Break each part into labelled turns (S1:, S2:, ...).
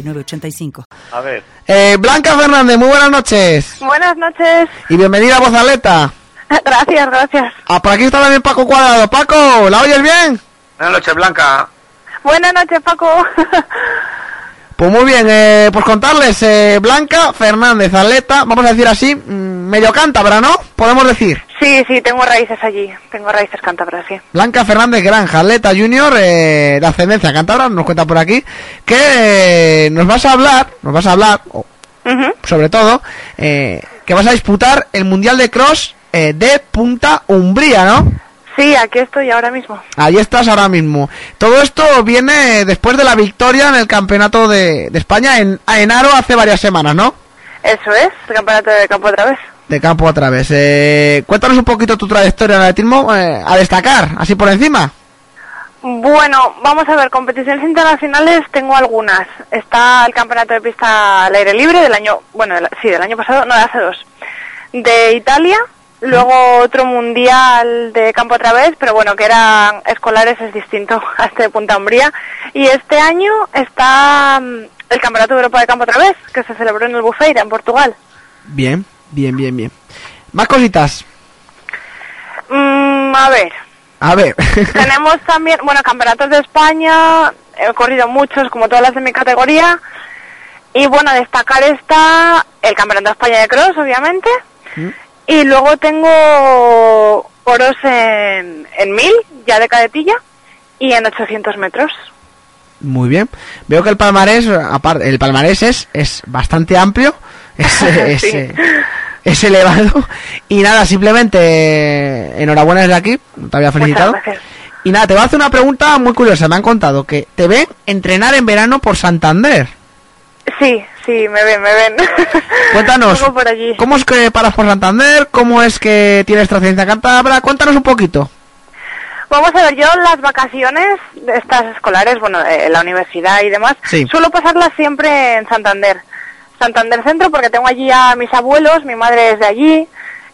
S1: 985.
S2: A ver,
S3: Eh, Blanca Fernández, muy buenas noches.
S4: Buenas noches.
S3: Y bienvenida a Bozaleta.
S4: Gracias, gracias.
S3: Ah, por aquí está también Paco Cuadrado. Paco, ¿la oyes bien?
S2: buenas noches, Blanca.
S4: Buenas noches, Paco.
S3: Pues muy bien, eh, pues contarles, eh, Blanca Fernández, atleta, vamos a decir así, mm, medio cántabra, ¿no? Podemos decir.
S4: sí, sí, tengo raíces allí. Tengo raíces cántabras, sí.
S3: Blanca Fernández Granja, atleta junior eh, de ascendencia cántabra, nos cuenta por aquí, que eh, nos vas a hablar, nos vas a hablar, o-
S4: Ujú.
S3: sobre todo, eh, que vas a disputar el Mundial de Cross eh, de Punta Umbría, ¿no?
S4: Sí, aquí estoy ahora mismo.
S3: Ahí estás ahora mismo. Todo esto viene después de la victoria en el Campeonato de, de España en, en Aro hace varias semanas, ¿no?
S4: Eso es, campeonato de campo otra vez.
S3: De campo otra vez. Eh, cuéntanos un poquito tu trayectoria en el atletismo eh, a destacar, así por encima.
S4: Bueno, vamos a ver, competiciones internacionales tengo algunas. Está el campeonato de pista al aire libre del año, bueno, del- sí, del año pasado, no, de hace dos, de Italia. Luego otro mundial de campo otra vez, pero bueno, que eran escolares, es distinto a este de Punta Umbría. Y este año está mm, el Campeonato de Europa de Campo otra vez, que se celebró en el Bufeira, en Portugal.
S3: Bien, bien, bien, bien. Más cositas.
S4: Mm, a ver,
S3: A ver.
S4: Tenemos también, bueno, campeonatos de España, he corrido muchos, como todas las de mi categoría. Y bueno, a destacar está el Campeonato de España de Cross, obviamente. Y luego tengo oros en, en 1000, ya de cadetilla, y en 800 metros.
S3: Muy bien. Veo que el palmarés, aparte, el palmarés es, es bastante amplio, es, eh, es,
S4: Sí.
S3: eh, es elevado. Y nada, simplemente eh, enhorabuena desde aquí, te había felicitado.
S4: Muchas gracias.
S3: Y nada, te voy a hacer una pregunta muy curiosa. Me han contado que te ven entrenar en verano por Santander.
S4: Sí, sí, me ven, me ven.
S3: Cuéntanos,
S4: Vengo por allí.
S3: ¿cómo es que paras por Santander? ¿Cómo es que tienes trascendencia cantabra? Cuéntanos un poquito.
S4: Vamos a ver, yo las vacaciones, de estas escolares, bueno, de la universidad y demás,
S3: Sí.
S4: suelo pasarlas siempre en Santander. Santander Centro, porque tengo allí a mis abuelos, mi madre es de allí,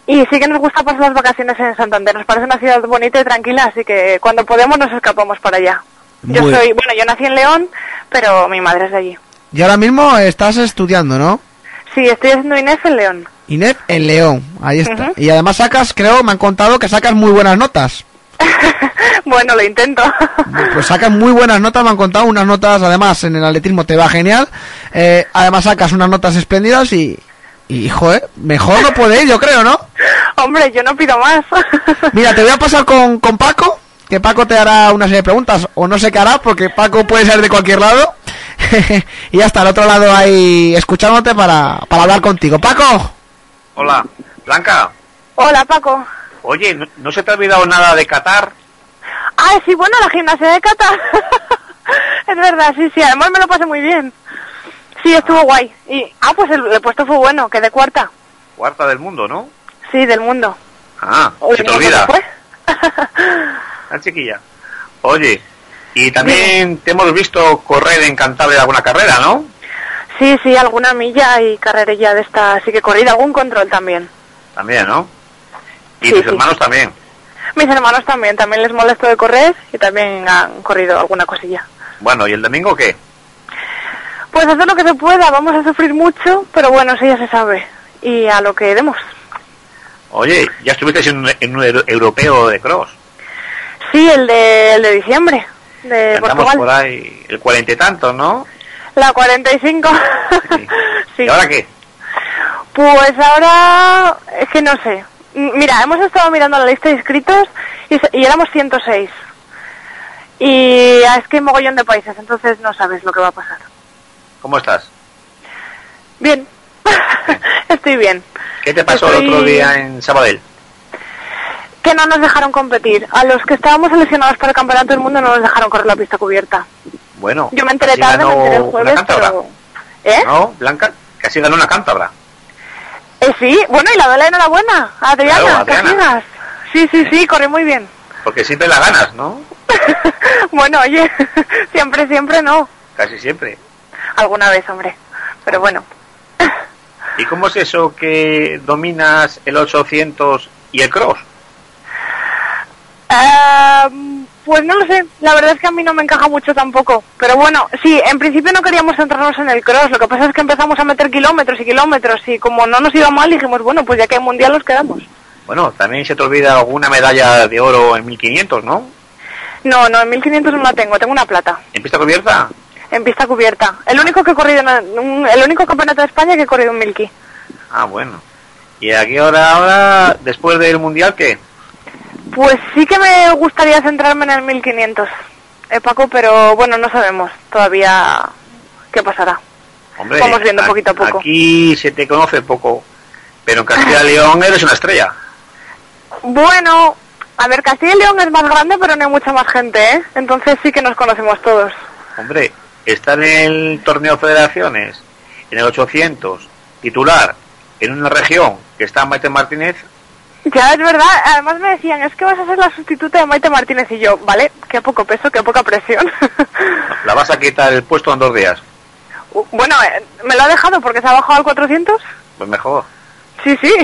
S4: y sí que nos gusta pasar las vacaciones en Santander. Nos parece una ciudad bonita y tranquila, así que cuando podemos nos escapamos para allá. Yo
S3: Muy-
S4: soy, bueno, yo nací en León, pero mi madre es de allí.
S3: Y ahora mismo estás estudiando, ¿no?
S4: Sí, estoy haciendo Inés en León.
S3: Inés en León, ahí está.
S4: Ujú.
S3: Y además sacas, creo, me han contado que sacas muy buenas notas.
S4: bueno, lo intento.
S3: Pues sacas muy buenas notas, me han contado unas notas, además en el atletismo te va genial. Eh, además sacas unas notas espléndidas y, y joder, mejor no puede ir, yo creo, ¿no?
S4: Hombre, yo no pido más.
S3: Mira, te voy a pasar con, con Paco, que Paco te hará una serie de preguntas, o no sé qué hará, porque Paco puede ser de cualquier lado. y hasta el otro lado ahí escuchándote para, para hablar contigo. Paco,
S2: Hola, Blanca.
S4: Hola, Paco.
S2: Oye, ¿no, no se te ha olvidado nada de Qatar?
S4: Ah, sí, bueno, la gimnasia de Cata. es verdad, sí, sí, además me lo pasé muy bien. Sí, estuvo guay. Y, ah, pues el, el puesto fue bueno, quedé cuarta.
S2: Cuarta del mundo, ¿no?
S4: Sí, del mundo.
S2: Ah, se te
S4: Venía
S2: olvida.
S4: después.
S2: La chiquilla. Oye, y también te hemos visto correr en Cantabria alguna carrera, ¿no?
S4: sí, sí, alguna milla y carrerilla de esta, así que corrida, algún control también.
S2: También, ¿no? Y
S4: Sí,
S2: tus
S4: sí.
S2: hermanos también.
S4: Mis hermanos también, también les molesto de correr y también han corrido alguna cosilla.
S2: Bueno, ¿y el domingo qué?
S4: Pues hacer lo que se pueda, vamos a sufrir mucho, pero bueno, eso ya se sabe. Y a lo que demos.
S2: Oye, ya estuviste en un, en un euro- europeo de cross.
S4: Sí, el de, el de diciembre, de
S2: Andamos
S4: Eh, Portugal.
S2: por ahí el cuarenta y tantos, ¿no?
S4: La 45.
S2: Sí.
S4: Sí.
S2: ¿Y ahora qué?
S4: Pues ahora es que no sé. M- Mira, hemos estado mirando la lista de inscritos y, se- y éramos 106. Y ah, es que hay mogollón de países, entonces no sabes lo que va a pasar.
S2: ¿Cómo estás?
S4: Bien. Estoy bien.
S2: ¿Qué te pasó el
S4: Estoy-
S2: otro día en Sabadell?
S4: Que no nos dejaron competir. A los que estábamos seleccionados para el Campeonato del Mundo no nos dejaron correr la pista cubierta.
S2: Bueno,
S4: Yo me enteré
S2: así
S4: tarde, me
S2: ganó
S4: enteré el
S2: una
S4: jueves,
S2: cántabra.
S4: pero... ¿Eh?
S2: ¿No, Blanca? Casi ganó una cántabra.
S4: Eh, sí, bueno, y la doy la enhorabuena, a Adriana,
S2: Claro, Adriana.
S4: Casillas. Sí, sí, sí, corre muy bien.
S2: Porque siempre la ganas, ¿no?
S4: bueno, oye, siempre, siempre no.
S2: Casi siempre.
S4: Alguna vez, hombre. Pero bueno.
S2: ¿Y cómo es eso que dominas el 800 y el cross?
S4: Ah, pues no lo sé, la verdad es que a mí no me encaja mucho tampoco. Pero bueno, sí, en principio no queríamos centrarnos en el cross, lo que pasa es que empezamos a meter kilómetros y kilómetros y como no nos iba mal dijimos, bueno, pues ya que hay mundial nos quedamos.
S2: Bueno, también se te olvida alguna medalla de oro en 1500, ¿no?
S4: No, no, en 1500 no la tengo, tengo una plata,
S2: ¿En pista cubierta?
S4: en pista cubierta. El único que he corrido, en- un- el único campeonato de España que he corrido en Milky.
S2: Ah, bueno. ¿Y aquí ahora, ahora, después del mundial, qué?
S4: Pues sí que me gustaría centrarme en el 1500, eh, Paco, pero bueno, no sabemos todavía qué pasará.
S2: Hombre,
S4: Vamos viendo
S2: a-
S4: poquito a poco.
S2: Aquí se te conoce poco, pero en Castilla y León eres una estrella.
S4: Bueno, a ver, Castilla y León es más grande, pero no hay mucha más gente, ¿eh? Entonces sí que nos conocemos todos.
S2: Hombre, estar en el torneo Federaciones, en el 800, titular, en una región que está Maite Martínez,
S4: Ya es verdad, además me decían, es que vas a ser la sustituta de Maite Martínez y yo, vale, qué poco peso, qué poca presión.
S2: la vas a quitar el puesto en dos días.
S4: U- bueno, eh, ¿me lo ha dejado porque se ha bajado al 400?
S2: Pues mejor.
S4: Sí, sí.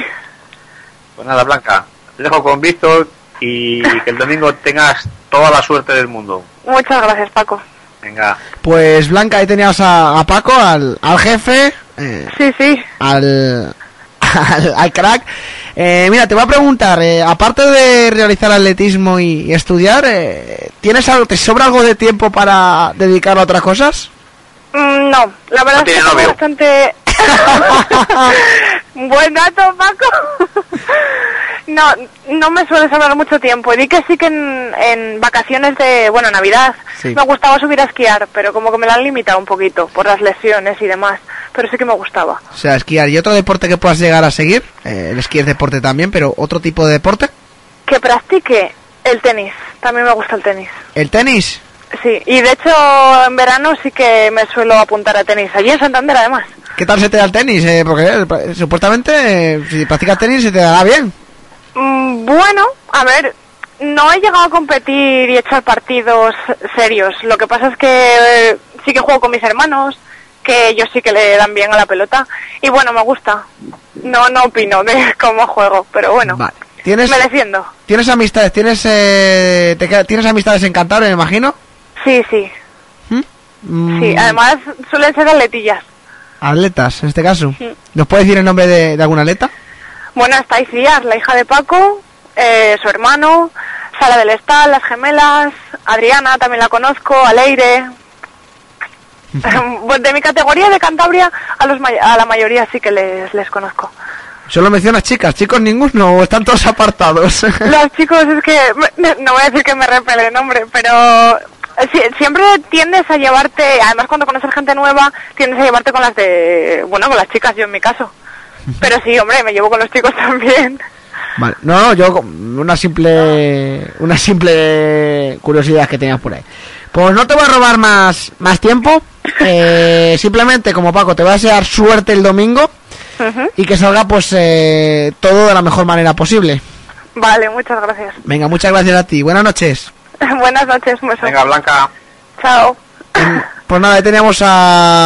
S2: Pues nada, Blanca, te dejo con Víctor y que el domingo tengas toda la suerte del mundo.
S4: Muchas gracias, Paco.
S2: Venga,
S3: Pues Blanca, ahí teníamos a, a Paco, al, al jefe, eh,
S4: Sí, sí.
S3: al, al, al crack. Eh, mira, te voy a preguntar, eh, aparte de realizar atletismo y, y estudiar, eh, ¿tienes algo, ¿te sobra algo de tiempo para dedicarlo a otras cosas?
S4: Mm, No, la verdad
S2: No
S4: es que
S2: tiene
S4: tengo
S2: novio.
S4: bastante... Buen dato, Paco. no, no me suele sobrar mucho tiempo. Di que sí que en, en vacaciones de, bueno, Navidad,
S3: Sí.
S4: me gustaba subir a esquiar, pero como que me la han limitado un poquito por las lesiones y demás. Pero sí que me gustaba.
S3: O sea, esquiar y otro deporte que puedas llegar a seguir, eh, el esquí es deporte también, pero otro tipo de deporte,
S4: Que practique el tenis. También me gusta el tenis.
S3: el tenis.
S4: Sí, y de hecho en verano sí que me suelo apuntar a tenis. Allí en Santander, además.
S3: ¿Qué tal se te da el tenis? Eh, porque eh, pa- supuestamente eh, si practicas tenis se te dará bien.
S4: Mm, Bueno, a ver, no he llegado a competir y echar partidos serios. Lo que pasa es que eh, sí que juego con mis hermanos, que ellos sí que le dan bien a la pelota. Y bueno, me gusta. No, no opino de cómo juego, pero bueno,
S3: Vale. ¿Tienes,
S4: me defiendo.
S3: ¿Tienes amistades? ¿Tienes, eh, te queda- ¿Tienes amistades en Cantabria, me imagino?
S4: Sí, sí,
S3: Mm,
S4: sí. Además suelen ser atletillas.
S3: Atletas, en este caso.
S4: Sí.
S3: ¿Nos puedes decir el nombre de, de algún atleta?
S4: Bueno, está Isiar, la hija de Paco, eh, su hermano, Sara del Estal, las gemelas, Adriana, también la conozco, Aleire. Pues de mi categoría de Cantabria, a, los may- a la mayoría sí que les, les conozco.
S3: Solo mencionas chicas, chicos ninguno, o están todos apartados.
S4: Los chicos, es que, me- no voy a decir que me repele el nombre, pero sí- siempre tiendes a llevarte, además cuando conoces gente nueva, tiendes a llevarte con las de, bueno, con las chicas, yo en mi caso. Pero sí, hombre, me llevo con los chicos también.
S3: vale, no, no, yo con- una simple una simple curiosidad que tenías por ahí. Pues no te voy a robar más, más tiempo. Eh, simplemente, como Paco, te voy a desear suerte el domingo
S4: Ujú.
S3: y que salga pues eh, todo de la mejor manera posible.
S4: Vale, muchas gracias.
S3: Venga, muchas gracias a ti. Buenas noches.
S4: Buenas noches, un beso.
S2: venga, Blanca.
S4: Chao.
S3: Pues nada, ahí teníamos a...